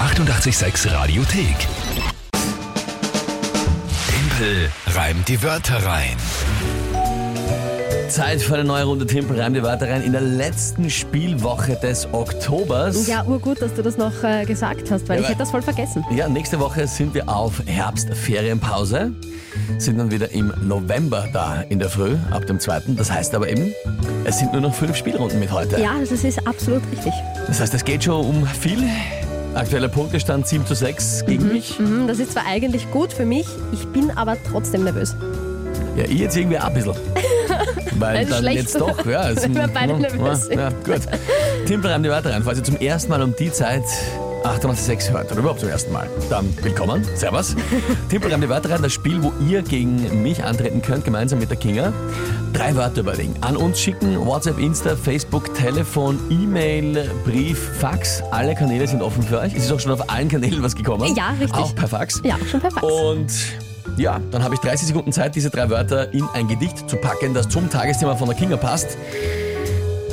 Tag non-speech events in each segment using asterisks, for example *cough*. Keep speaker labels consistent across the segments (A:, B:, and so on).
A: 886 Radiothek. Tempel reimt die Wörter rein.
B: Zeit für eine neue Runde Timpel, reim die Wörter rein in der letzten Spielwoche des Oktobers.
C: Ja, urgut, dass du das noch äh, gesagt hast, weil
B: Ja,
C: ich
B: weil-
C: hätte das voll vergessen.
B: Ja, nächste Woche sind wir auf Herbstferienpause, sind dann wieder im November da in der Früh, ab dem 2. Das heißt aber eben, es sind nur noch fünf Spielrunden mit heute.
C: Ja, das ist absolut richtig.
B: Das heißt, es geht schon um viel. Aktueller Punktestand 7 zu 6 gegen mich.
C: Mhm, das ist zwar eigentlich gut für mich, ich bin aber trotzdem nervös.
B: Ja, ich jetzt irgendwie auch
C: *laughs*
B: ein bisschen. Weil
C: Nein,
B: dann
C: schlecht.
B: jetzt doch, ja.
C: *laughs*
B: es-
C: Wenn wir
B: *laughs*
C: beide
B: ja,
C: nervös
B: ja, gut. Timpel reimt die Wörter rein. Falls ihr zum ersten Mal um die Zeit 886 hört oder überhaupt zum ersten Mal, dann willkommen.
C: *laughs*
B: Servus. Timpel reimt die Wörter rein. Das Spiel, wo ihr gegen mich antreten könnt, gemeinsam mit der Kinga. Drei Wörter überlegen. An uns schicken. WhatsApp, Insta, Facebook, Telefon, E-Mail, Brief, Fax. Alle Kanäle sind offen für euch. Es ist auch schon auf allen Kanälen was gekommen.
C: Ja, richtig.
B: Auch per Fax.
C: Ja, schon perfekt.
B: Oh. Und ja, dann habe ich 30 Sekunden Zeit, diese drei Wörter in ein Gedicht zu packen, das zum Tagesthema von der Kinga passt.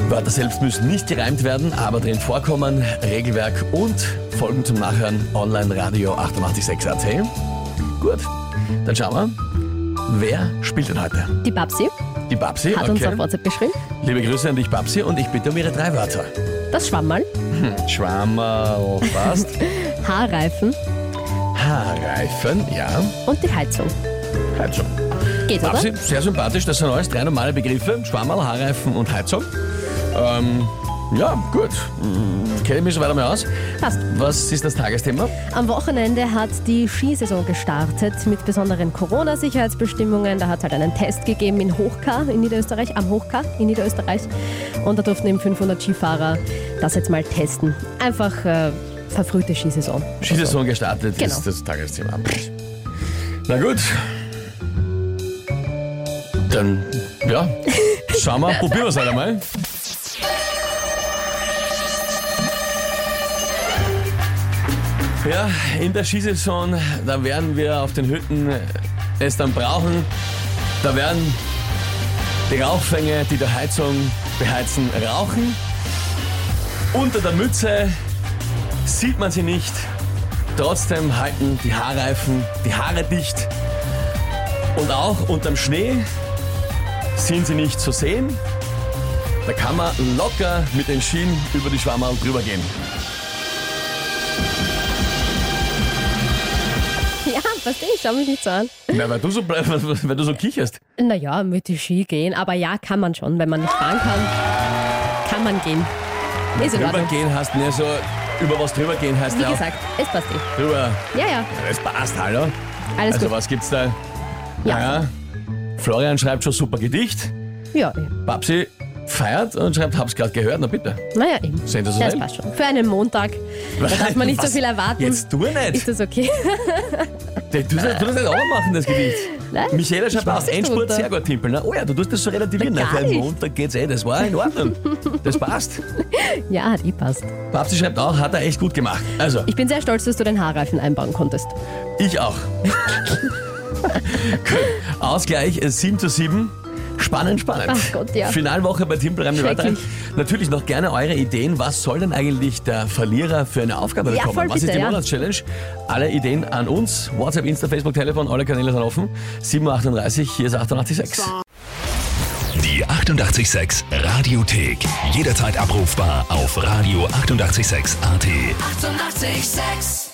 B: Wörter selbst müssen nicht gereimt werden, aber drin vorkommen. Regelwerk und Folgen zum Nachhören online Radio 886 AT. Gut, dann schauen wir. Wer spielt denn heute?
C: Die Babsi
B: Die Babsi.
C: hat uns
B: okay.
C: auf WhatsApp geschrieben.
B: Liebe Grüße an dich, Babsi, und ich bitte um ihre drei Wörter.
C: Das Schwammerl,
B: Schwammerl, passt. *laughs*
C: Haarreifen
B: Haarreifen, ja.
C: und die Heizung.
B: Halt schon.
C: Geht, oder?
B: Babsi, sehr sympathisch, das sind alles drei normale Begriffe. Schwammerl, Haarreifen und Heizung. Ähm, ja, gut. Mm, Kenne ich mich so weiter mehr aus.
C: Passt.
B: Was ist das Tagesthema?
C: Am Wochenende hat die Skisaison gestartet mit besonderen Corona-Sicherheitsbestimmungen. Da hat es halt einen Test gegeben in Hochkar in Niederösterreich, am Hochkar in Niederösterreich. Und da durften eben 500 Skifahrer das jetzt mal testen. Einfach äh, verfrühte Skisaison.
B: Skisaison gestartet
C: Genau.
B: ist das Tagesthema. Na gut. Dann, ja, schauen wir, probieren wir es halt einmal. Ja, in der Skisaison, da werden wir auf den Hütten es dann brauchen. Da werden die Rauchfänge, die der Heizung beheizen, rauchen. Unter der Mütze sieht man sie nicht. Trotzdem halten die Haarreifen die Haare dicht. Und auch unterm Schnee sind sie nicht zu sehen. Da kann man locker mit den Schienen über die Schwammerl drüber gehen.
C: *laughs* Ja, verstehe ich, schau mich nicht so an.
B: Na, weil du so, weil du so kicherst.
C: Naja, mit die Ski gehen, aber ja, kann man schon. Wenn man nicht fahren kann, kann man gehen. Ist in Ordnung.
B: Drübergehen heißt nicht so, über was drübergehen heißt
C: Wie
B: ja
C: gesagt, es passt eh.
B: auch drüber.
C: Ja, ja,
B: Es passt, hallo.
C: alles
B: also
C: gut.
B: was gibt's da?
C: Ja.
B: Naja, Florian schreibt schon super Gedicht.
C: Ja, eh.
B: Babsi feiert und schreibt, hab's gerade gehört, na bitte.
C: naja, eben.
B: Sensationell.
C: Das passt schon. Für einen Montag,
B: *laughs*
C: da darf man nicht so
B: Was?
C: viel erwarten.
B: Jetzt tu
C: Ist
B: nicht.
C: das okay? *laughs*
B: Du, du, das- du das nicht auch machen, das Gedicht.
C: Nein,
B: Michaela schreibt
C: mach
B: aus
C: das
B: Endspurt
C: drunter.
B: sehr gut, Timpel. Na, oh ja, du tust das so relativieren.
C: Na,
B: Na,
C: gar
B: für einen
C: nicht.
B: Montag geht's eh, das war in Ordnung. Das passt.
C: Ja, die passt.
B: Babsi schreibt auch, hat er echt gut gemacht. Also,
C: Ich bin sehr stolz, dass du den Haarreifen einbauen konntest.
B: ich
C: *laughs*
B: auch. gut. Ausgleich äh, 7 zu 7. Spannend, spannend.
C: Ach Gott, ja.
B: Finalwoche bei Timpel Reim die Wörter rein.
C: Schrecklich.
B: Natürlich noch gerne eure Ideen. Was soll denn eigentlich der Verlierer für eine Aufgabe
C: Ja,
B: bekommen?
C: voll
B: Was ist
C: bitte,
B: die
C: ja.
B: Monatschallenge? Alle Ideen an uns. WhatsApp, Insta, Facebook, Telefon, alle Kanäle sind offen. 7.38 hier ist 886.
A: Die 886 Radiothek. Jederzeit abrufbar auf radio886.at. 886! 886.
D: Eighty-eight, sex.